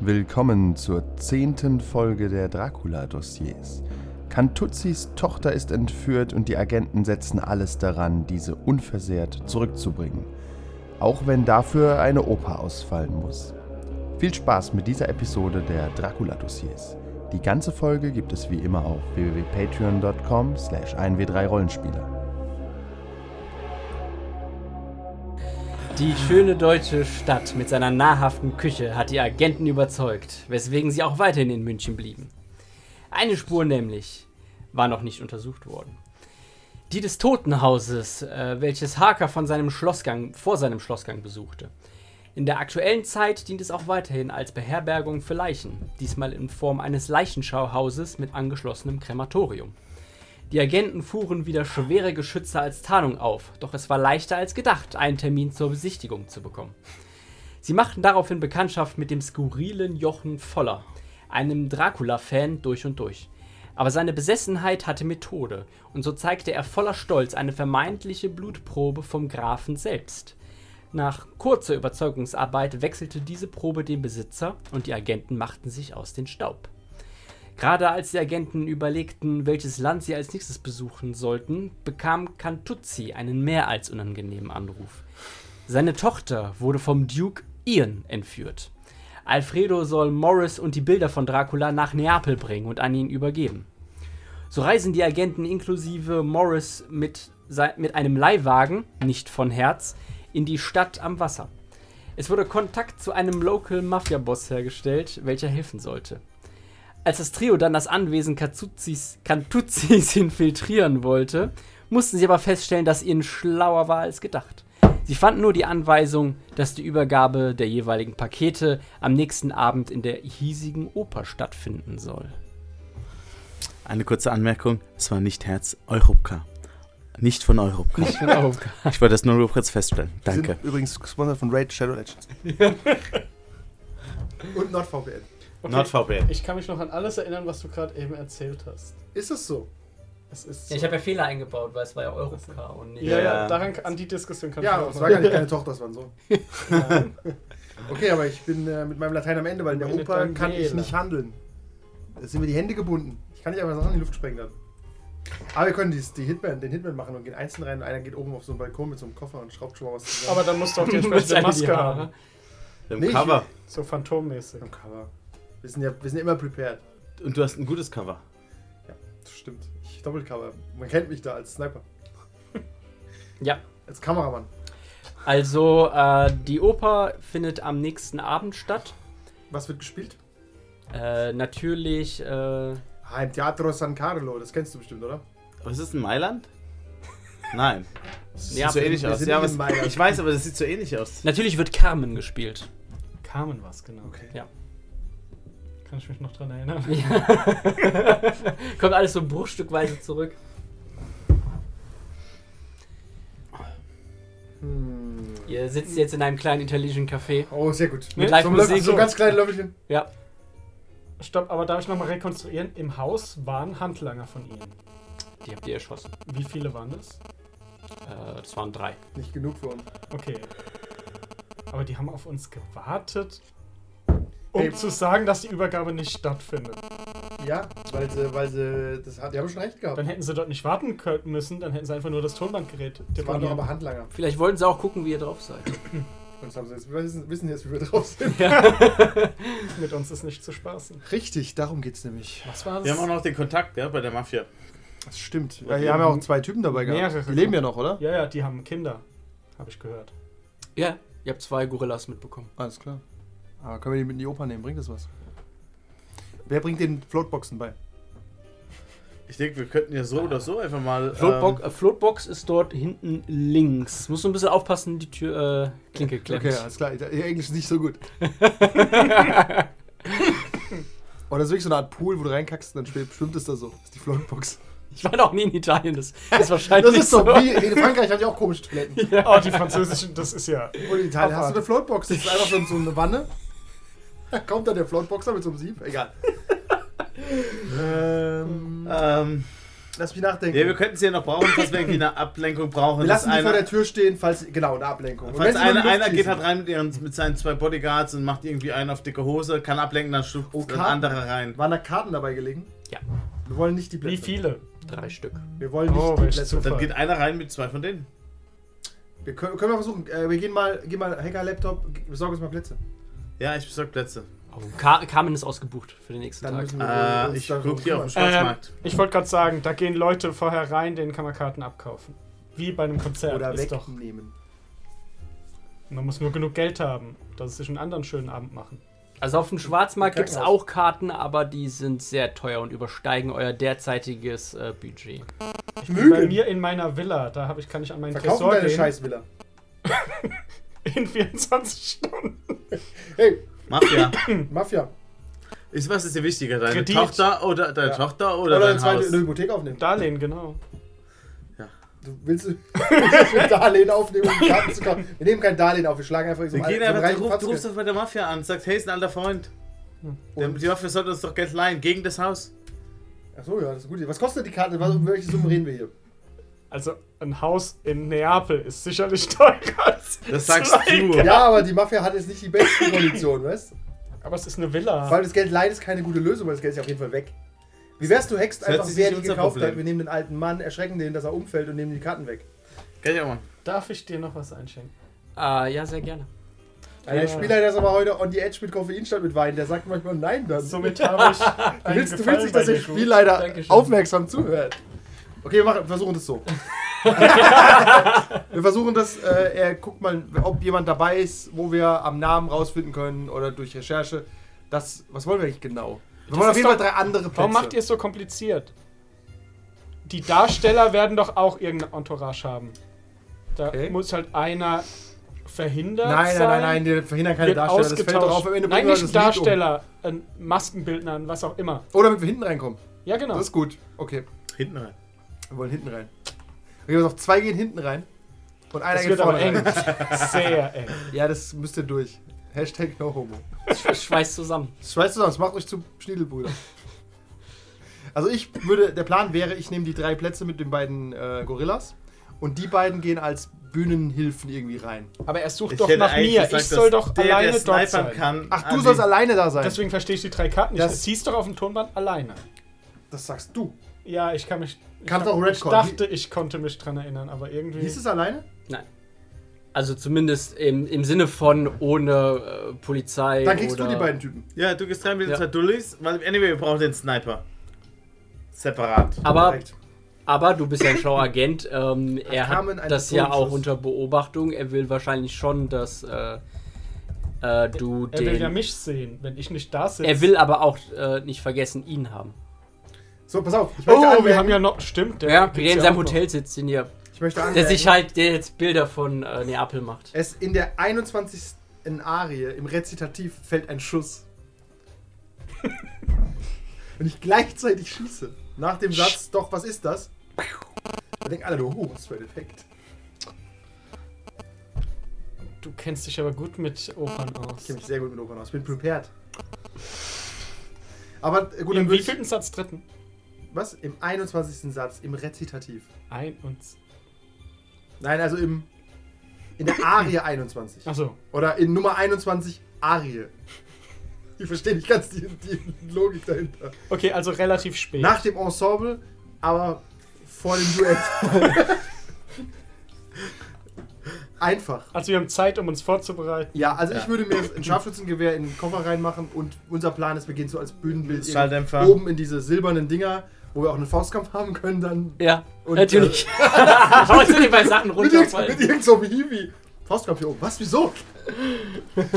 Willkommen zur zehnten Folge der Dracula-Dossiers. Cantuzzis Tochter ist entführt und die Agenten setzen alles daran, diese unversehrt zurückzubringen. Auch wenn dafür eine Oper ausfallen muss. Viel Spaß mit dieser Episode der Dracula-Dossiers. Die ganze Folge gibt es wie immer auf www.patreon.com slash 1w3rollenspieler. Die schöne deutsche Stadt mit seiner nahrhaften Küche hat die Agenten überzeugt, weswegen sie auch weiterhin in München blieben. Eine Spur nämlich war noch nicht untersucht worden. Die des Totenhauses, äh, welches Harker von seinem Schlossgang vor seinem Schlossgang besuchte. In der aktuellen Zeit dient es auch weiterhin als Beherbergung für Leichen, diesmal in Form eines Leichenschauhauses mit angeschlossenem Krematorium. Die Agenten fuhren wieder schwere Geschütze als Tarnung auf, doch es war leichter als gedacht, einen Termin zur Besichtigung zu bekommen. Sie machten daraufhin Bekanntschaft mit dem skurrilen Jochen Voller, einem Dracula-Fan durch und durch. Aber seine Besessenheit hatte Methode, und so zeigte er voller Stolz eine vermeintliche Blutprobe vom Grafen selbst. Nach kurzer Überzeugungsarbeit wechselte diese Probe den Besitzer und die Agenten machten sich aus den Staub. Gerade als die Agenten überlegten, welches Land sie als nächstes besuchen sollten, bekam Cantuzzi einen mehr als unangenehmen Anruf. Seine Tochter wurde vom Duke Ian entführt. Alfredo soll Morris und die Bilder von Dracula nach Neapel bringen und an ihn übergeben. So reisen die Agenten inklusive Morris mit, sei- mit einem Leihwagen, nicht von Herz, in die Stadt am Wasser. Es wurde Kontakt zu einem Local Mafia-Boss hergestellt, welcher helfen sollte. Als das Trio dann das Anwesen Katsuzis, Kantuzis infiltrieren wollte, mussten sie aber feststellen, dass ihnen schlauer war als gedacht. Sie fanden nur die Anweisung, dass die Übergabe der jeweiligen Pakete am nächsten Abend in der hiesigen Oper stattfinden soll. Eine kurze Anmerkung: Es war nicht Herz, Europka. Nicht von Europka. Oh Ich wollte das nur kurz feststellen. Danke. Sind übrigens gesponsert von Raid Shadow Legends. Und NordVPN. Okay. NordVPN. Ich kann mich noch an alles erinnern, was du gerade eben erzählt hast. Ist es so? Es ist Ja, ich habe ja Fehler eingebaut, weil es war ja Europa und nicht. ja, ja, Ja. daran, an die Diskussion kann Ja, ich aber mich es auch war noch- gar nicht keine Tochter, das war ein Sohn. okay, aber ich bin äh, mit meinem Latein am Ende, weil in der Meine Oper kann ich Daniela. nicht handeln. Da sind mir die Hände gebunden. Ich kann nicht einfach Sachen in die Luft sprengen dann. Aber wir können dies, die Hitman, den Hitman machen und gehen einzeln rein und einer geht oben auf so einen Balkon mit so einem Koffer und schraubt schon mal was zusammen. Aber dann musst du auch die Mit entsprechende einem die Maske Haare. haben. Im Nee, ich- Cover. So phantommäßig. Am Cover. Wir sind ja, wir sind ja immer prepared. Und du hast ein gutes Cover. Das stimmt. Ich Doppelcover. Man kennt mich da als Sniper. Ja. Als Kameramann. Also, äh, die Oper findet am nächsten Abend statt. Was wird gespielt? Äh, natürlich, äh, Ah, im Teatro San Carlo. Das kennst du bestimmt, oder? Was ist in Mailand? Nein. Das sieht Ja, so ähnlich wir aus. sind Ja, nicht was, in Mailand. ich weiß, aber das sieht so ähnlich aus. natürlich wird Carmen gespielt. Carmen was, genau. Okay. Kann ich mich noch dran erinnern. Ja. Kommt alles so bruchstückweise zurück. Hm. Ihr sitzt jetzt in einem kleinen italienischen Café. Oh, sehr gut. Mit so, ein Live-Musik. Löffel- so ganz kleine Löffelchen. Ja. Stopp, aber darf ich nochmal rekonstruieren? Im Haus waren Handlanger von ihnen. Die habt ihr erschossen. Wie viele waren das? Äh, das waren drei. Nicht genug für uns. Okay. Aber die haben auf uns gewartet, um Ey. zu sagen, dass die Übergabe nicht stattfindet. Ja, weil sie, weil sie, das hat, die haben schon recht gehabt. Dann hätten sie dort nicht warten können müssen, dann hätten sie einfach nur das Tonbandgerät Das waren doch deponiert. aber Handlanger. Vielleicht wollten sie auch gucken, wie ihr drauf seid. Und das haben sie jetzt, wir wissen, wissen jetzt, wie wir drauf sind. Mit uns ist nicht zu spaßen. Richtig, darum geht's nämlich. Was war das? Wir haben auch noch den Kontakt gell, bei der Mafia. Das stimmt. Ja, hier haben ja auch zwei Typen dabei gehabt. Mehrere. Die leben ja noch, oder? ja, ja, die haben Kinder, habe ich gehört. Ja, ihr habt zwei Gorillas mitbekommen. Alles klar. Aber können wir die mit in die Oper nehmen? Bringt das was? Wer bringt den Floatboxen bei? Ich denke, wir könnten ja so oder so einfach Ähm. mal. Floatbox, äh, Floatbox ist dort hinten links. Muss so ein bisschen aufpassen, die Tür äh, Klinke klemmt. Okay, alles klar. Ihr Englisch ist nicht so gut. Oder ist wirklich so eine Art Pool, wo du reinkackst und dann schwimmt schwimmt es da so. Das ist die Floatbox. Ich war noch nie in Italien, das ist wahrscheinlich Das ist so. doch wie. In Frankreich haben die auch komische Toiletten. Oh, die französischen, das ist ja. Und in Italien hast du eine Floatbox. Das ist einfach so, so eine Wanne. Da kommt dann der Floatboxer mit so einem Sieb. Egal. ähm, Ähm, Lass mich nachdenken. Ja, wir könnten es ja noch brauchen, falls wir irgendwie eine Ablenkung brauchen. Wir dass lassen die vor einer- der Tür stehen, falls. Genau, eine Ablenkung. Und Falls wenn sie nur in einer, die Luft einer geht schießen. halt rein mit, ihren, mit seinen zwei Bodyguards und macht irgendwie einen auf dicke Hose, kann ablenken, dann schluckt Oh, ein Karten. anderer rein. Waren da Karten dabei gelegen? Ja. Wir wollen nicht die Plätze. Wie viele? Drei Stück. Wir wollen nicht Oh, die welch Plätze. Zufall. Dann geht einer rein mit zwei von denen. Wir können, können wir versuchen. Äh, wir gehen mal, gehen mal Hacker-Laptop, g- besorgen uns mal Plätze. Ja, ich besorge Plätze. Oh, Car Carmen ist ausgebucht für den nächsten Dann Tag. müssen wir Äh, uns ich darum gucke hier auf dem Ähm. kümmern. Schwarzmarkt. Ich wollte gerade sagen, da gehen Leute vorher rein, denen kann man Karten abkaufen. Wie bei einem Konzert. Oder ist doch. wegnehmen. Man muss nur genug Geld haben, dass es sich einen anderen schönen Abend machen. Also auf dem Schwarzmarkt gibt es Krankenhaus. auch Karten, aber die sind sehr teuer und übersteigen euer derzeitiges äh, Budget. Ich bin Lügen. bei mir in meiner Villa, da habe ich, kann ich an meinen Verkaufen Tresor deine gehen. Scheißvilla. In 24 Stunden. Hey, Mafia. Mafia. Ist was ist dir wichtiger? Deine Kredit. Tochter oder deine Ja. Tochter oder, Oder, dein eine zweite Haus? eine Hypothek aufnehmen. Darlehen, genau. Du willst du willst du ein Darlehen aufnehmen, um Karten zu kaufen? Wir nehmen kein Darlehen auf, wir schlagen einfach so Wir einen gehen alten- so einen einfach, reichen du, rufst, du rufst Fatzke. doch bei der Mafia an, sagst, hey, ist ein alter Freund. Der, Und- die Mafia sollte uns doch Geld leihen, gegen das Haus. Achso, ja, das ist gut. Was kostet die Karte? Was, um welche Summen reden wir hier? Also ein Haus in Neapel ist sicherlich teurer als Das sagst zwei du. Geld. Ja, aber die Mafia hat jetzt nicht die besten Konditionen, weißt du? Aber es ist eine Vor Villa. allem das Geld leihen ist keine gute Lösung, weil das Geld ist ja auf jeden Fall weg. Wie wärst du hackst Das hört einfach, sich wer nicht die unser gekauft Problem. hat? Wir nehmen den alten Mann, erschrecken den, dass er umfällt und nehmen die Karten weg. Kann ich auch mal. Darf ich dir noch was einschenken? Äh, ja, sehr gerne. Ja, der Spieler, der ist aber heute on the edge mit Koffein statt mit Wein, der sagt manchmal Nein dann. Somit habe ich du einen willst, du Gefallen willst nicht, bei dass der dir tun. Spielleiter Dankeschön. aufmerksam zuhört. Okay, wir machen, versuchen das so. wir versuchen das, äh, er guckt mal, ob jemand dabei ist, wo wir am Namen rausfinden können oder durch Recherche. Das, was wollen wir eigentlich genau? Wir Das wollen auf ist jeden Fall doch- drei andere Plätze. Warum macht ihr es so kompliziert? Die Darsteller werden doch auch irgendeine Entourage haben. Da Okay. muss halt einer verhindert Nein, sein. nein, nein, nein, wir verhindern keine Wird Darsteller. Das ausgetauscht. fällt doch auf, am Ende nein, bringen wir nicht das ein Lied Darsteller, ein Maskenbildner, ein was auch immer. Um. Oder damit wir hinten reinkommen. Ja, genau. Das ist gut. Okay, Hinten rein. wir wollen hinten rein. Okay, pass auf, zwei gehen hinten rein. Und einer Das geht wird aber vorne eng. rein. Sehr eng. Ja, das müsst ihr durch. Hashtag no homo. Ich schweiß zusammen. Schweißt zusammen, das macht euch zu Schniedelbrüder. Also ich würde, der Plan wäre, ich nehme die drei Plätze mit den beiden äh, Gorillas und die beiden gehen als Bühnenhilfen irgendwie rein. Aber er sucht Ich doch hätte nach eigentlich mir. gesagt, ich soll dass doch der, alleine der dort snipern sein. kann. Ach, an du sollst die- alleine da sein. Ah, Deswegen verstehe ich die drei Karten nicht. Das- Das hieß doch auf dem Tonband alleine. das sagst du. Ja, ich kann mich. Ich, Kannst hab- auch ich Redcon. dachte, ich konnte mich dran erinnern, aber irgendwie. Hieß es alleine? Also zumindest im, im Sinne von ohne äh, Polizei. Dann kriegst oder du die beiden Typen. Ja, du gehst rein mit den Ja. zwei Dullis, weil anyway, wir brauchen den Sniper. Separat. Aber, Direkt. aber du bist ja ein schlauer Agent. Ähm, er hat Carmen einen das ja auch Pistolenschuss. unter Beobachtung. Er will wahrscheinlich schon, dass äh, äh, du Er den. will ja mich sehen, wenn ich nicht da sitze. er will aber auch äh, nicht vergessen, ihn haben. So, pass auf. Ich Oh, möchte anmerken, wir haben ja noch. Stimmt, Ja, der gibt's in seinem auch noch. Hotel sitzt, den ihr ich möchte Der anmerken, sich halt, der jetzt Bilder von äh, Neapel macht. es in der 21. Arie im Rezitativ fällt ein Schuss. und ich gleichzeitig schieße. Nach dem Satz, doch, was ist das? Da denken alle nur, oh, was für ein Effekt. Du kennst dich aber gut mit Opern Ich aus. kenne mich sehr gut mit Opern aus. Bin prepared. Aber äh, gut, dann Im würde ich, wievielten Satz dritten? Was? Im 21. Satz, im Rezitativ. Ein und. Nein, also im. In der Arie 21. Achso. Oder in Nummer 21 Arie. Ich verstehe nicht ganz die, die Logik dahinter. Okay, also relativ spät. Nach dem Ensemble, aber vor dem Duett. Einfach. also wir haben Zeit, um uns vorzubereiten. Ja, also ich Ja. würde mir ein Scharfschützengewehr in den Koffer reinmachen und unser Plan ist, wir gehen so als Bühnenbild eben Schalldämpfer. oben in diese silbernen Dinger, wo wir auch einen Faustkampf haben können dann. Ja, Und, natürlich. Aber äh, sind die bei Sachen Mit irgend- mit runterfallen. irgend so einem Hiwi. Faustkampf hier oben. Was, wieso?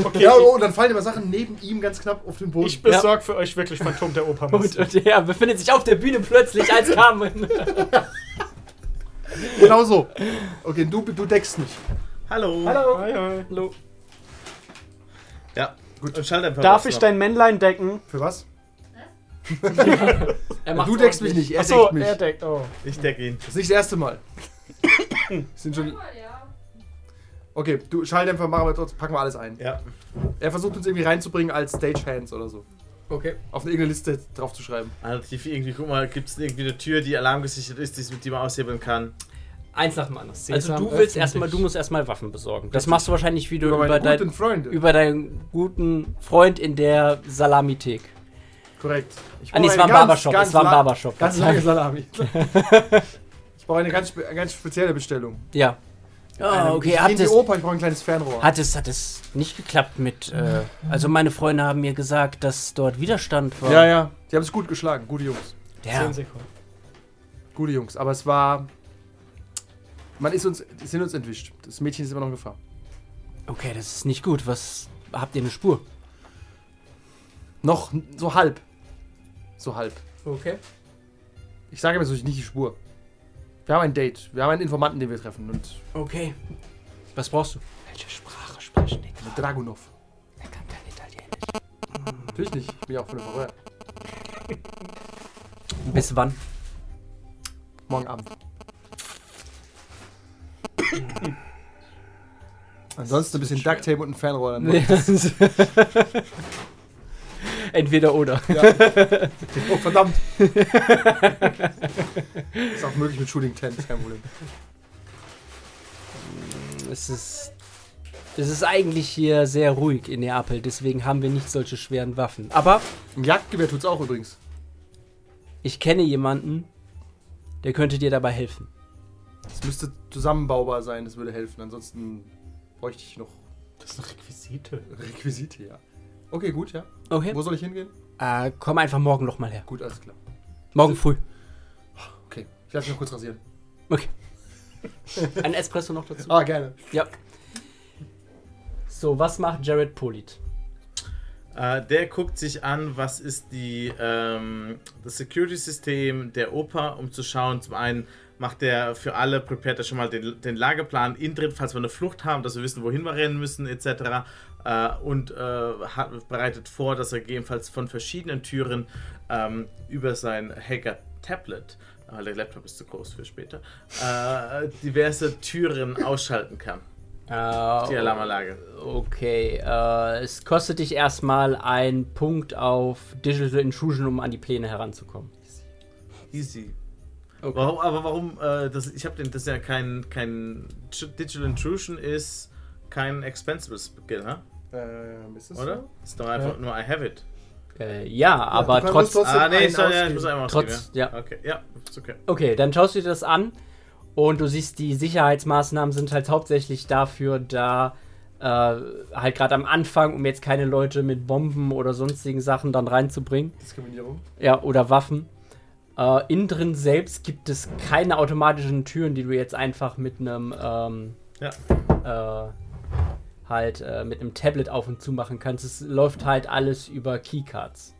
Okay, Ja, oh, und dann fallen immer Sachen neben ihm ganz knapp auf den Boden. ich, ich besorge für euch wirklich Phantom der Oper. Und, und er befindet sich auf der Bühne plötzlich als Carmen. genau so. Okay, du, du deckst mich. Hallo. Hi, hi. Hallo. Ja. Gut. Und Schalldämpfer. Darf brauchst ich du dein Männlein decken? Für was? Er macht's du deckst mich ordentlich. nicht, er Achso, deckt mich. er deckt. Oh. noch. Ich deck ihn. das ist nicht das erste Mal. Es sind schon. Okay, du Schalldämpfer machen wir trotzdem, packen wir alles ein. Ja. Er versucht uns irgendwie reinzubringen als Stagehands oder so. Okay. Auf eine irgendeine Liste drauf zu schreiben. Alternativ irgendwie, guck mal, gibt es irgendwie eine Tür, die alarmgesichert ist, die's- die man aushebeln kann? Eins nach dem anderen. Also Sesam, du willst öffne erstmal, dich. du musst erstmal Waffen besorgen. Das machst du wahrscheinlich wieder Über über, meine dein, guten Freunde. über deinen guten Freund in der Salamithek. Korrekt. Ich Ah, nee, es brauche war ein ganz- Barbershop, ganz es war ein la- Barbershop. Ganz lange Salami. ich brauche eine ganz, spe- eine ganz spezielle Bestellung. Ja. Ah, Eine- okay, ich habt gehe in es, die Oper, ich brauche ein kleines Fernrohr. hat es, hat es nicht geklappt mit, äh, also meine Freunde haben mir gesagt, dass dort Widerstand war. ja, ja. Die haben es gut geschlagen. Gute Jungs. ja. 10 Sekunden. Gute Jungs. Aber es war... Man ist uns, die sind uns entwischt. Das Mädchen ist immer noch in Gefahr. Okay, das ist nicht gut. Was, habt ihr eine Spur? Noch n- so halb. So halb. Okay. Ich sage mir so nicht die Spur. Wir haben ein Date. Wir haben einen Informanten, den wir treffen. Und Okay. Was brauchst du? Welche Sprache spricht Nick? mit Dragunov. Er kann kein Italienisch. Natürlich nicht. Ich bin ja auch von der Verrückten. Bis wann? Morgen Abend. Ansonsten ein bisschen Ducktape und ein Fernrohr. Dann Entweder oder. Oh, verdammt. ist auch möglich mit Shooting 10, ist kein Problem. Es ist, es ist eigentlich hier sehr ruhig in Neapel, deswegen haben wir nicht solche schweren Waffen. Aber Ein Jagdgewehr tut's auch übrigens. ich kenne jemanden, der könnte dir dabei helfen. Das müsste zusammenbaubar sein, das würde helfen. Ansonsten bräuchte ich noch Das ist eine Requisite. Requisite, ja. Okay, gut, ja. Okay. Wo soll ich hingehen? Äh, komm einfach morgen nochmal her. Gut, alles klar. Morgen früh. Okay, ich lasse mich noch kurz rasieren. Okay. Ein Espresso noch dazu. Ah, gerne. Ja. So, was macht Jared Polit? Äh, der guckt sich an, was ist die, ähm, das Security-System der Oper, um zu schauen, zum einen macht er für alle, prepared er schon mal den, den Lageplan innen drin, falls wir eine Flucht haben, dass wir wissen, wohin wir rennen müssen, etc. Äh, und äh, hat, bereitet vor, dass er gegebenenfalls von verschiedenen Türen ähm, über sein Hacker-Tablet, äh, der Laptop ist zu groß für später, äh, diverse Türen ausschalten kann. Die Äh, Alarmanlage. Okay, äh, es kostet dich erstmal einen Punkt auf Digital Intrusion, um an die Pläne heranzukommen. Easy. Warum, aber warum, äh, das, ich habe den, das ist ja kein, kein Digital Intrusion ist kein Expensible Skill, ne? Ähm, ist das oder? so? Ist doch einfach nur I have it. Äh, ja, aber du kannst trotz, trotzdem- Ah, nee, einen ich, soll, ja, ich ausgeben. muss einmal Trotz- ausgeben, ja. Okay, ja, ist okay. Okay, dann schaust du dir das an und du siehst, die Sicherheitsmaßnahmen sind halt hauptsächlich dafür da, äh, halt gerade am Anfang, um jetzt keine Leute mit Bomben oder sonstigen Sachen dann reinzubringen. Diskriminierung. Ja, oder Waffen. Äh, innen drin selbst gibt es keine automatischen Türen, die du jetzt einfach mit einem ähm, Ja. äh, halt äh, mit einem Tablet auf und zu machen kannst. Es läuft halt alles über Keycards.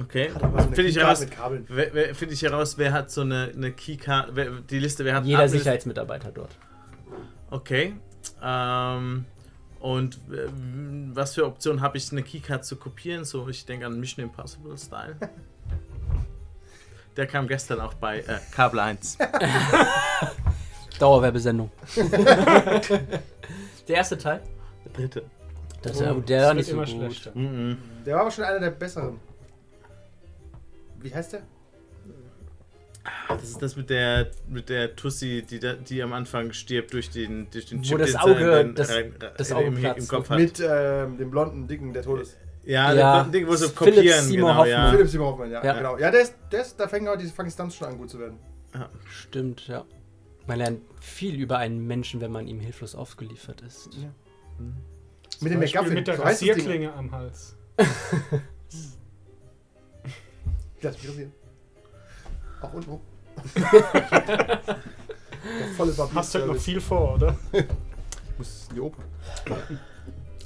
Okay. Hat aber so Also eine Finde ich Keycard heraus. mit Kabeln. Wer, wer, Finde ich heraus, wer hat so eine, eine Keycard, wer, die Liste, wer hat Jeder Admin- Sicherheitsmitarbeiter dort. Okay. Ähm, und äh, was für Optionen habe ich, eine Keycard zu kopieren? So, ich denke an Mission Impossible Style. Der kam gestern auch bei äh, Kabel 1. Dauerwerbesendung. der erste Teil. Der dritte. Das, Oh, äh, das der war wird nicht so immer gut. schlechter. Mhm. Der war aber schon einer der besseren. Wie heißt der? Das ist das mit der mit der Tussi, die, da, die am Anfang stirbt durch den durch den Wo Chip, das den sie Auge- rein- das- das Auge im, im platzt. Kopf hat. Mit ähm, dem blonden Dicken, der tot ist. ja, Ja. ja, das Ding, wo sie Philipp kopieren, Seymour genau, ja. Philipp Simon Hoffmann, ja, Ja. genau. Ja, der ist, der ist, da fängt auch diese fangen Stunts schon an gut zu werden. Stimmt, ja. Man lernt viel über einen Menschen, wenn man ihm hilflos ausgeliefert ist. Mit dem Beispiel McGuffin. mit der so heißt das Ding. Rasierklinge am Hals. Ich lass mich rasieren. Auch unten hoch. Der volle Barbier. Hast halt noch viel vor, oder? Ich muss in die Oper.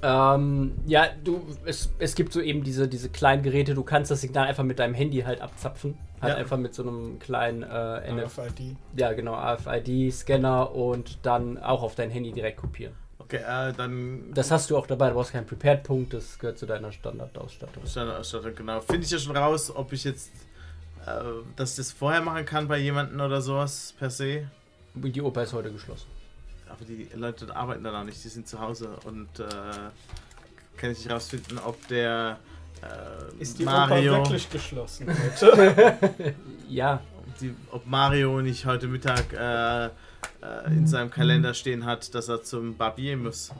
Ähm, ja, du, es, es gibt so eben diese, diese kleinen Geräte, du kannst das Signal einfach mit deinem Handy halt abzapfen. Halt Ja. einfach mit so einem kleinen äh, NF, RFID. ja genau, AFID-Scanner und dann auch auf dein Handy direkt kopieren. Okay, äh, dann Das hast du auch dabei, du brauchst keinen Prepared-Punkt, das gehört zu deiner Standardausstattung. Standardausstattung, genau. Finde ich ja schon raus, ob ich jetzt äh, dass ich das vorher machen kann bei jemandem oder sowas per se. Die Oper ist heute geschlossen. Aber die Leute arbeiten dann auch nicht, die sind zu Hause und äh, kann ich nicht rausfinden, ob der äh, Ist die Mario, Oper wirklich geschlossen heute? Ja, die, ob Mario nicht heute Mittag äh, äh, in seinem Kalender stehen hat, dass er zum Barbier muss.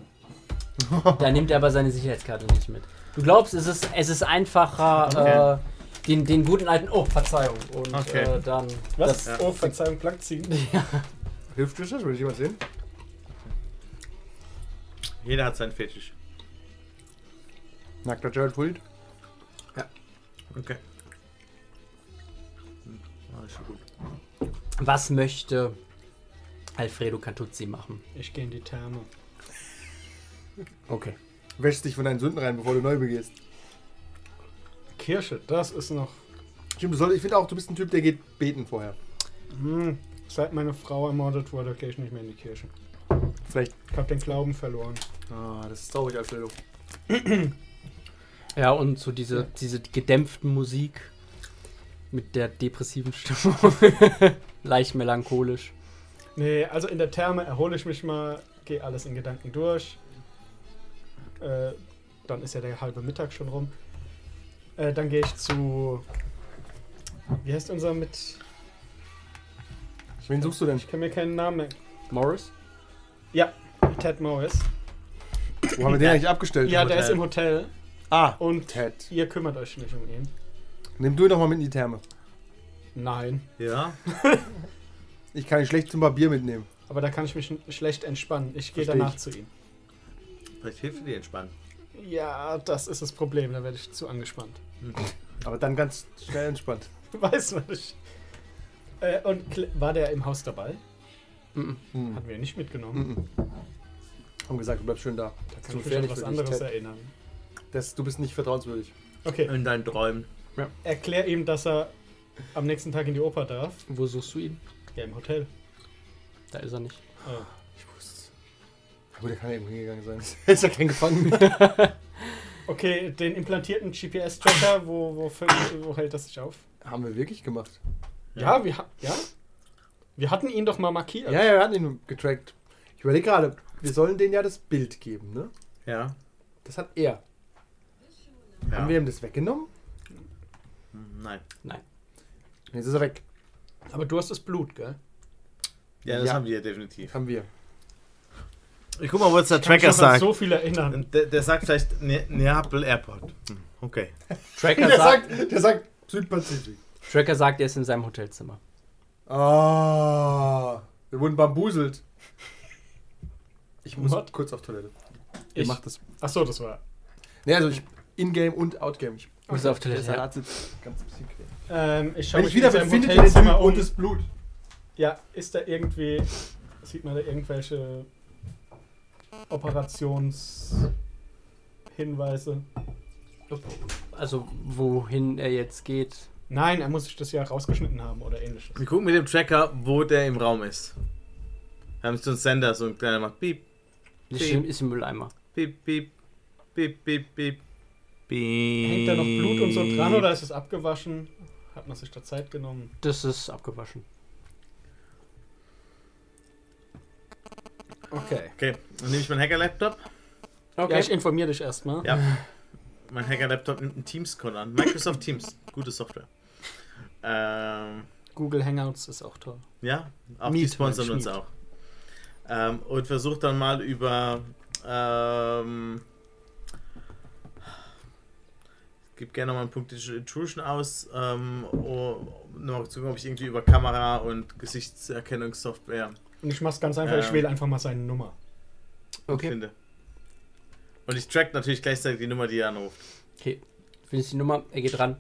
da nimmt er aber seine Sicherheitskarte nicht mit. Du glaubst, es ist, es ist einfacher, äh, den, den guten alten. Oh, Verzeihung. Und Okay. äh, dann. Was? Ja. Oh, Verzeihung, blank ziehen. Hilft euch das? Will ich jemand sehen? Jeder hat seinen Fetisch. Nackter Gerald Pult. Okay. Hm, war schon gut. Was möchte Alfredo Cantuzzi machen? Ich gehe in die Therme. Okay. Wäschst dich von deinen Sünden rein, bevor du neu begehst. Kirsche, das ist noch. Stimmt, du soll, ich finde auch, du bist ein Typ, der geht beten vorher. Hm, seit meine Frau ermordet wurde, gehe ich nicht mehr in die Kirche. Vielleicht. Ich habe den Glauben verloren. Ah, das ist traurig, Alfredo. Ja, und so diese, diese gedämpften Musik mit der depressiven Stimmung. Leicht melancholisch. Nee, also in der Therme erhole ich mich mal, gehe alles in Gedanken durch. Äh, dann ist ja der halbe Mittag schon rum. Äh, dann gehe ich zu. Wie heißt unser mit. Wen suchst du denn? Ich kann mir keinen Namen merken. Morris? Ted Morris. Wo haben wir den eigentlich abgestellt? Ja, der ist im Hotel Ah, und Ted. ihr kümmert euch nicht um ihn. Nimm du ihn doch mal mit in die Therme. Nein. Ja, Ich kann ihn schlecht zum Barbier mitnehmen. Aber da kann ich mich n- schlecht entspannen. Ich gehe Versteh danach ich. zu ihm. vielleicht hilft dir die entspannen. Ja, das ist das Problem. Da werde ich zu angespannt. Aber dann ganz schnell entspannt. Weiß man nicht. Äh, und Kle- war der im Haus dabei? Mhm. Hm. Hatten wir nicht mitgenommen. Mhm. Haben gesagt, du bleibst schön da. Da Zu kann ich mich an gefährlich was für dich, anderes Ted. erinnern. Das, du bist nicht vertrauenswürdig. Hm. Okay, In deinen Träumen. erklär ihm, dass er am nächsten Tag in die Oper darf. Wo suchst du ihn? Ja, im Hotel. Da ist er nicht. Ah. Ich wusste es. Aber der kann ja irgendwo hingegangen sein. Er ist ja kein Gefangener. Okay, den implantierten GPS-Tracker, wo, wo, fü- wo hält das sich auf? Haben wir wirklich gemacht. Ja, wir, ha ja? wir hatten ihn doch mal markiert. Ja, ja, wir hatten ihn getrackt. Ich überlege gerade, wir sollen denen ja das Bild geben, ne? Ja. Das hat er. ja. Haben wir ihm das weggenommen? Nein. Jetzt ist er weg. Aber du hast das Blut, gell? Ja, das Ja. haben wir definitiv. Haben wir. Ich guck mal, wo jetzt der Kann mich Tracker noch an sagt. so viel erinnern. Der, der sagt vielleicht Ne- Neapel Airport. Hm, Okay. Tracker Der sagt, sagt, der sagt Südpazifik. Tracker sagt, er ist in seinem Hotelzimmer. Ah, wir wurden bambuselt. Ich muss What? kurz auf Toilette. Ihr Ich, macht das. ach so, das war. Ne, also ich in-game und out-game. Ich Muss auf Toilette. der Ja. Salat sitzt ganz ein bisschen quer. Ähm, ich schaue Wenn mich ich wieder in bin, seinem findet ihr den Typ Hotelzimmer um. und das Blut. Ja, ist da irgendwie. Sieht man da irgendwelche Operationshinweise? Also wohin er jetzt geht. Nein, er muss sich das ja rausgeschnitten haben oder ähnliches. Wir gucken mit dem Tracker, wo der im Raum ist. Wir haben so einen Sender, so ein kleiner macht piep, Ist Okay. im, ist im Mülleimer. piep, piep, piep, piep, piep. Hängt Hängt da noch Blut und so dran oder ist es abgewaschen? Hat man sich da Zeit genommen? Das ist abgewaschen. Okay. Okay, dann nehme ich meinen Hacker-Laptop. Okay. Ja, ich informiere dich erstmal. Ja. Mein Hacker-Laptop nimmt einen Teams-Con an. Microsoft Teams. Gute Software. Ähm, Google Hangouts ist auch toll. ja, auch die Meet, sponsern Mensch, uns Meet. auch. Ähm, und versucht dann mal über. Ähm, gib gerne mal einen Punkt Digital Intrusion aus. Ähm, oh, noch zu gucken, ob ich irgendwie über Kamera und Gesichtserkennungssoftware Und ich mach's ganz einfach, ich Ähm. wähle einfach mal seine Nummer. okay. finde. Und ich track natürlich gleichzeitig die Nummer, die er anruft. okay. Findest die Nummer, er geht ran.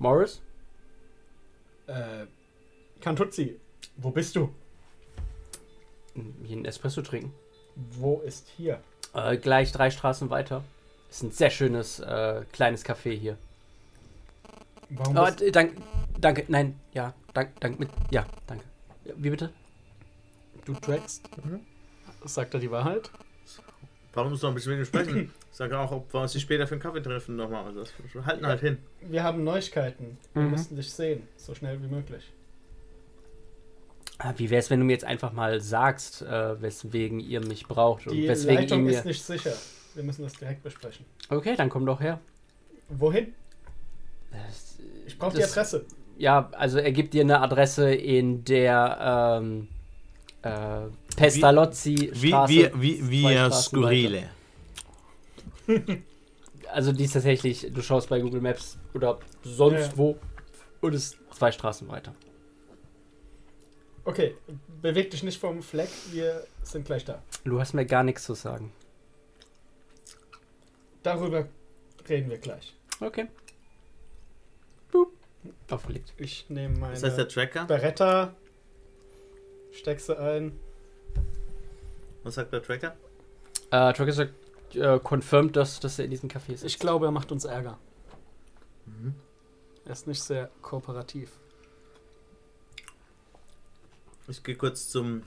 Morris? Äh, Kantuzzi, wo bist du? Hier einen Espresso trinken. Wo ist hier? Äh, gleich drei Straßen weiter. Ist ein sehr schönes äh, kleines Café hier. Warum Oh, bist d- dank, danke, nein, ja, dank, dank, mit, ja, danke. Ja, Wie bitte? du trackst? Sagt er die Wahrheit? Warum musst du noch ein bisschen mit ihm sprechen? Sag auch, ob wir uns nicht später für einen Kaffee treffen nochmal. Also das wir halten halt hin. Wir haben Neuigkeiten. Wir Mhm. müssen dich sehen. So schnell wie möglich. Ah, Wie wär's, wenn du mir jetzt einfach mal sagst, äh, weswegen ihr mich braucht und Die weswegen ihr Leitung mir. ist nicht sicher. Wir müssen das direkt besprechen. Okay, dann komm doch her. Wohin? Das- Ich brauche die Das- Adresse. Ja, also er gibt dir eine Adresse in der ähm, äh, Pestalozzi Wie, Straße. wie, wie, zwei wie Straßen skurrile. Also die ist tatsächlich, du schaust bei Google Maps oder sonst Ja. wo und es ist zwei Straßen weiter. Okay, beweg dich nicht vom Fleck, wir sind gleich da. Du hast mir gar nichts zu sagen. Darüber reden wir gleich. Okay. Boop. Aufgelegt. Ich nehme meine Ist das der Tracker? Beretta, steck sie ein. Was sagt der Tracker? Äh, Trucker sagt, äh, confirmed, dass, dass er in diesem Café ist. Ich glaube, er macht uns Ärger. Mhm. Er ist nicht sehr kooperativ. Ich gehe kurz zum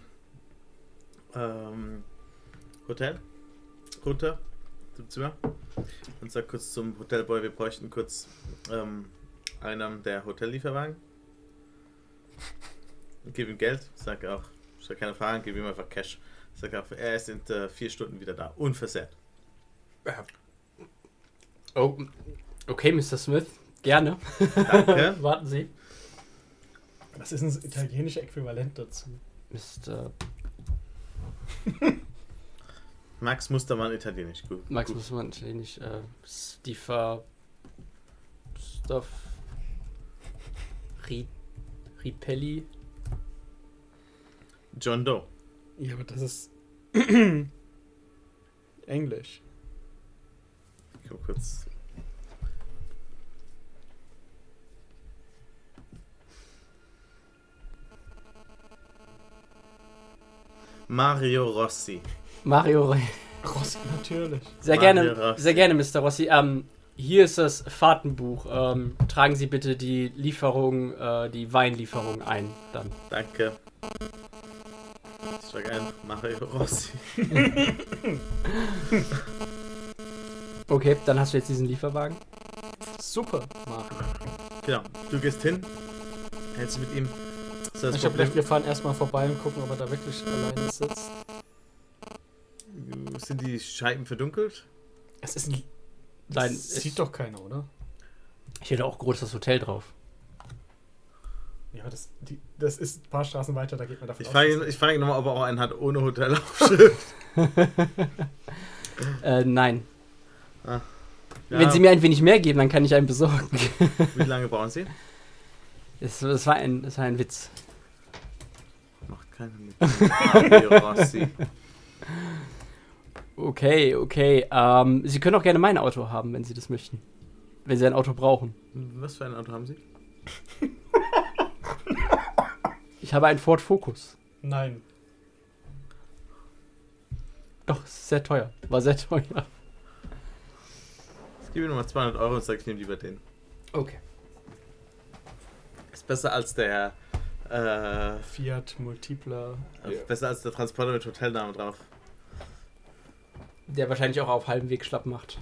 ähm, Hotel runter, zum Zimmer und sag kurz zum Hotelboy, wir bräuchten kurz ähm, einen der Hotellieferwagen. Und gebe ihm Geld, sag auch, stell keine Fragen, gebe ihm einfach Cash. Sag auch, er ist in äh, vier Stunden wieder da, unversehrt. Oh, okay, Mr. Smith. Gerne. Danke. Warten Sie. Was ist denn das italienische Äquivalent dazu? Mr. Max Mustermann, Italienisch, gut. Max gut. muss man natürlich nicht. Äh, Stiefer. Stuff. Ri, Ripelli. John Doe. Ja, aber das ist Englisch. Ich guck kurz. Mario Rossi. Mario. Re- Ross, natürlich. Sehr Mario gerne, Rossi. sehr gerne, Mr. Rossi. Ähm, hier ist das Fahrtenbuch. Ähm, tragen Sie bitte die Lieferung, äh, die Weinlieferung ein. Dann. Danke. Ich sag ein Mario Rossi. Okay, dann hast du jetzt diesen Lieferwagen. Super. Genau. Du gehst hin, hältst dich mit ihm. So, das Ich habe Problem, gedacht, wir fahren erstmal vorbei und gucken, ob er da wirklich alleine sitzt. sind die Scheiben verdunkelt? Es ist ein. Nein, das es- sieht doch keiner, oder? Ich hätte auch großes Hotel drauf. Ja, aber das, die, das ist ein paar Straßen weiter, da geht man davon Ich aus. frage ihn, dass- ich frage ihn nochmal, ob er auch einen hat ohne Hotelaufschrift. Äh, nein. Ja, Wenn Sie mir ein wenig mehr geben, dann kann ich einen besorgen. wie lange brauchen Sie? Es, es, war, ein, es war ein Witz. Macht keinen Mario Rossi. Okay, okay. Ähm, Sie können auch gerne mein Auto haben, wenn Sie das möchten. Wenn Sie ein Auto brauchen. Was für ein Auto haben Sie? Ich habe einen Ford Focus. Nein. Doch, es ist sehr teuer. War sehr teuer. Ich gebe ihm nochmal 200 Euro und sage, ich nehme lieber den. Okay. Ist besser als der, äh, Fiat Multipler. besser als der Transporter mit Hotelname drauf. Der wahrscheinlich auch auf halbem Weg schlapp macht.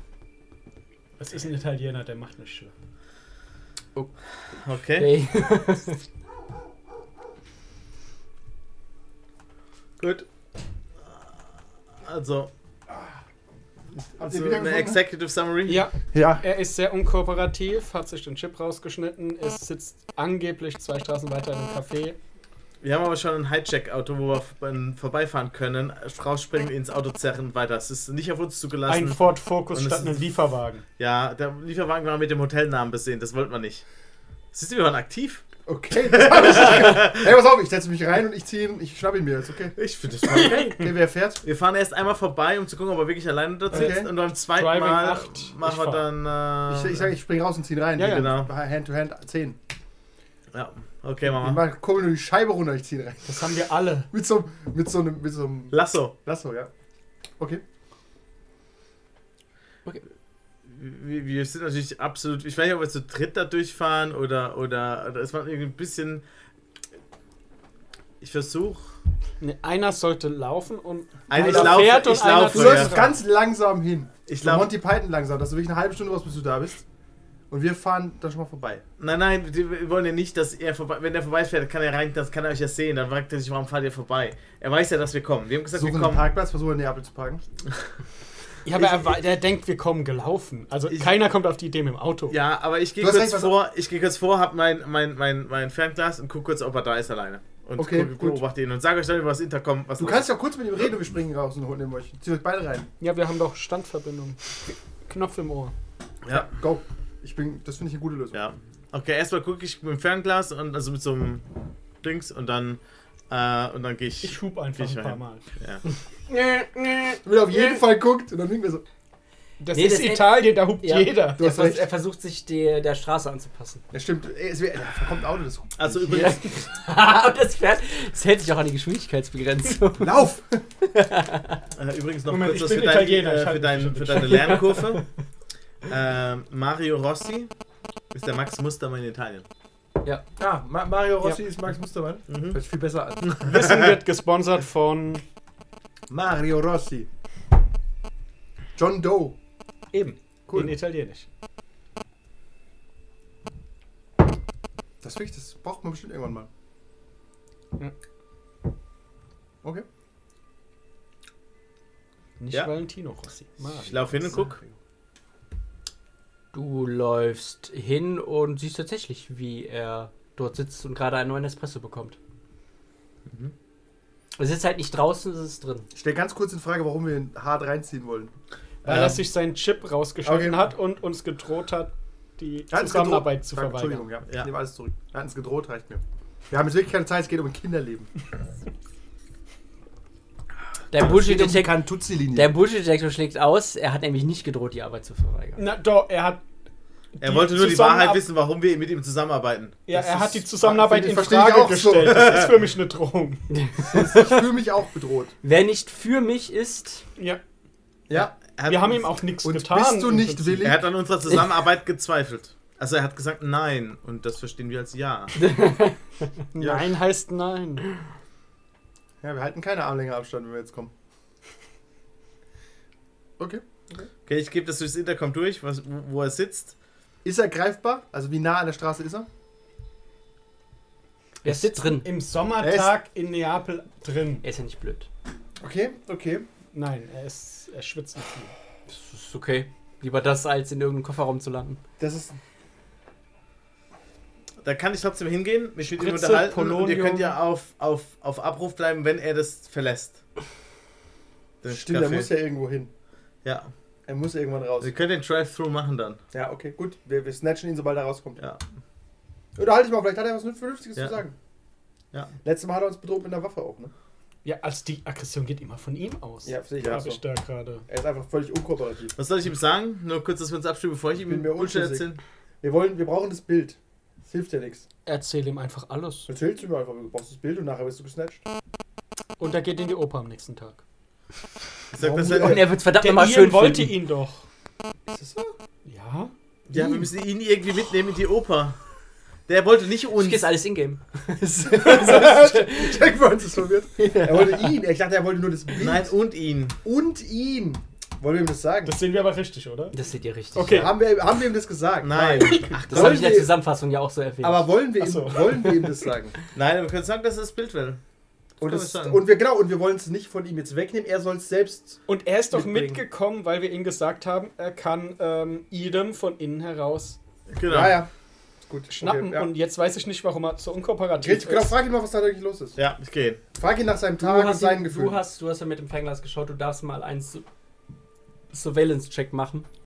Es ist ein Italiener, der macht nicht schlimm. Okay, Okay. gut. Also, Habt so ihr wieder eine gefunden? Executive Summary. Ja, Ja, er ist sehr unkooperativ, hat sich den Chip rausgeschnitten, es sitzt angeblich zwei Straßen weiter in einem Café. Wir haben aber schon ein Hijack-Auto, wo wir f- vorbeifahren können, rausspringen, ins Auto zerren, weiter. Es ist nicht auf uns Ein zugelassen. Ford Focus Und es statt ist- einem Lieferwagen. ja, der Lieferwagen war mit dem Hotelnamen besehen, das wollten wir nicht. Siehst du, wir waren aktiv. Okay, das hab ich nicht ge- Hey, pass auf, ich setze mich rein und ich ziehe ihn, ich schnapp ihn mir jetzt, okay? Ich finde das mal okay. Okay, wer fährt? Wir fahren erst einmal vorbei, um zu gucken, ob er wirklich alleine dort Okay. sitzt. Und beim zweiten Driving Mal acht. machen Ich wir fahr. dann. Ich, Äh, ich sage, ich spring raus und zieh ihn rein. Ja, ja. Genau. Hand to Hand 10. äh, Ja, okay, Ich Mama. mach, komm nur die Scheibe runter, ich zieh ihn rein. Das haben wir alle. Mit so, mit so einem, mit so einem Lasso, Lasso, ja. Okay. wir, wir sind natürlich absolut. Ich weiß nicht, ob wir zu dritt da durchfahren oder. oder, oder es war irgendwie ein bisschen. Ich versuche. Nee, einer sollte laufen und Eigentlich Einer laufe fährt und ich. einer Du Laufe, läuft. ja. läufst ganz langsam hin. Ich Ich glaub- glaube. Monty Python langsam, dass du wirklich eine halbe Stunde brauchst, bis du da bist. Und wir fahren dann schon mal vorbei. Nein, nein, die- wir wollen ja nicht, dass er vorbei. Wenn er vorbeifährt, kann er rein, das kann er euch ja sehen. Dann fragt er sich, warum fahrt ihr vorbei? Er weiß ja, dass wir kommen. Wir haben gesagt, Suchen wir einen kommen. Parkplatz, versuchen in Neapel zu parken. Ja, aber er, wa- der denkt, wir kommen gelaufen. Also Ich- keiner kommt auf die Idee mit dem Auto. Ja, aber ich gehe Du hast kurz recht, was- vor, ich gehe kurz vor, hab mein, mein, mein, mein Fernglas und guck kurz, ob er da ist alleine. Und Okay, guck, gut. beobachte ihn und sage euch dann über das Intercom, was Du kannst ja kurz mit ihm reden und wir springen raus und holen ihn euch. Zieht euch beide rein. Ja, wir haben doch Standverbindung. Knopf im Ohr. ja. Go. Ich bin, das finde ich eine gute Lösung. Ja. Okay, erstmal gucke ich mit dem Fernglas und also mit so einem Dings und dann äh, und dann gehe ich. Ich hub einfach Ich ein paar rein. Mal. ja. Wenn er auf jeden Fall guckt und dann winken wir so. Das Nee, ist das- Italien, da hupt Ja. jeder. Du Er, hast vers recht. er versucht sich der, der Straße anzupassen. Ja, stimmt. Ey, Es wär, da kommt ein Auto, das Also übrigens, Und das fährt. Das hält sich auch an die Geschwindigkeitsbegrenzung. Lauf! äh, übrigens noch kurz Moment, ich was bin für, dein, Italiener, ich äh, für, halte dein, mich für schon deine Lernkurve. Ähm, Mario Rossi ist der Max Mustermann in Italien. Ah, Ma Mario Rossi ist Max Mustermann. Mhm. Hört sich viel besser an. Wissen wird gesponsert von. Mario Rossi. John Doe. Eben. Cool. In Italienisch. Das finde ich, das braucht man bestimmt irgendwann mal. Ja. Okay. Nicht Ja. Valentino Rossi. Mario. Ich laufe hin und guck. Du läufst hin und siehst tatsächlich, wie er dort sitzt und gerade einen neuen Espresso bekommt. Mhm. Es ist halt nicht draußen, es ist drin. Ich stelle ganz kurz in Frage, warum wir ihn hart reinziehen wollen. Weil Ähm, er sich seinen Chip rausgeschnitten okay. hat und uns gedroht hat, die Er hat uns Zusammenarbeit gedroht. zu Danke, verweigern. Entschuldigung, ja. Ich Ja. nehme alles zurück. Er hat uns gedroht, reicht mir. Wir haben jetzt wirklich keine Zeit, es geht um ein Kinderleben. Der Jeder Bullshit-Detektor kann Tutsi-Linie. der Bullshit schlägt aus. Er hat nämlich nicht gedroht, die Arbeit zu verweigern. Na doch, er hat. Er die wollte nur die Zusammenab- Wahrheit wissen, warum wir mit ihm zusammenarbeiten. Ja, Das er hat ist- die Zusammenarbeit das in verstehe ich Frage auch so. gestellt. Das ist für mich eine Drohung. ich fühle mich auch bedroht. Wer nicht für mich ist, Ja. Ja. Er hat- Wir haben ihm auch nichts Ähm, Und getan. bist du im nicht Prinzip. willig? Er hat an unserer Zusammenarbeit gezweifelt. Also er hat gesagt nein und das verstehen wir als ja. Ja. Nein heißt nein. Ja, wir halten keine Armlänge Abstand, wenn wir jetzt kommen. Okay. Okay, ich gebe das durchs Intercom durch, was, wo wo er sitzt. Ist er greifbar? Also wie nah an der Straße ist er? wer ist drin? Im Sommertag in Neapel drin. Er ist ja nicht blöd. Okay, okay. Nein, er ist. Er schwitzt nicht viel. Das ist okay. Lieber das, als in irgendeinem Kofferraum zu landen. Das ist. Da kann ich trotzdem hingehen, mich mit ihm Spritze, unterhalten und ihr Polonium. könnt ja auf, auf, auf Abruf bleiben, wenn er das verlässt. Den Stimmt, er Café. muss ja irgendwo hin. ja. Er muss irgendwann raus. Wir können den Drive-Thru machen dann. Ja, okay, gut. Wir, wir snatchen ihn, sobald er rauskommt. Ja. Oder halt ich mal, vielleicht hat er was Vernünftiges Ja. zu sagen. Ja. Letztes Mal hat er uns bedroht mit einer Waffe auch, ne? Ja, also die Aggression geht immer von ihm aus. Ja, sehe ich auch Habe so. ich da gerade. Er ist einfach völlig unkooperativ. Was soll ich ihm sagen? Nur kurz, dass wir uns abstimmen, bevor ich ihm bin mir Bullshit unschlüssig. erzähle. Wir wollen, wir brauchen das Bild. Das hilft ja nichts. Erzähl ihm einfach alles. Erzählst du mir einfach, du brauchst das Bild und nachher bist du gesnatcht. Und er geht in die Oper am nächsten Tag. Ich sag, das Warum- Und halt, er wird verdammt Der nochmal schön Ian Äh, wollte finden. ihn doch. Ist das so? Ja? ja, wir müssen ihn irgendwie mitnehmen in die Oper. Der wollte nicht Das uns. ist alles in-game. Jack Burns ist verwirrt. Er wollte ihn. Ich dachte, er wollte nur das Bild. Nein, und ihn. Und ihn. Wollen wir ihm das sagen? Das sehen wir aber richtig, oder? Das seht ihr richtig. Okay. haben, wir, haben wir ihm das gesagt? Nein. Ach, Das habe ich in Sollen der wir- Zusammenfassung ja auch so erwähnt. Aber wollen wir, ihm, Ach so. wollen wir ihm das sagen? nein, wir können sagen, dass er das Bild will. Und, Kann das, man sagen. und wir genau, und wir wollen es nicht von ihm jetzt wegnehmen. Er soll es selbst. Und er ist doch Mitbringen. mitgekommen, weil wir ihm gesagt haben, er kann ähm, Idem von innen heraus Genau. Ja, ja. Ist Gut. schnappen. Okay, ja. Und jetzt weiß ich nicht, warum er so unkooperativ Richtig, genau, ist. frag ihn mal, was da wirklich los ist. Ja, ich gehe. Frag ihn nach seinem du, Tag und hast seinen ihn, Gefühlen. du, hast, du hast ja mit dem Fernglas geschaut, du darfst mal einen Su- Surveillance-Check machen.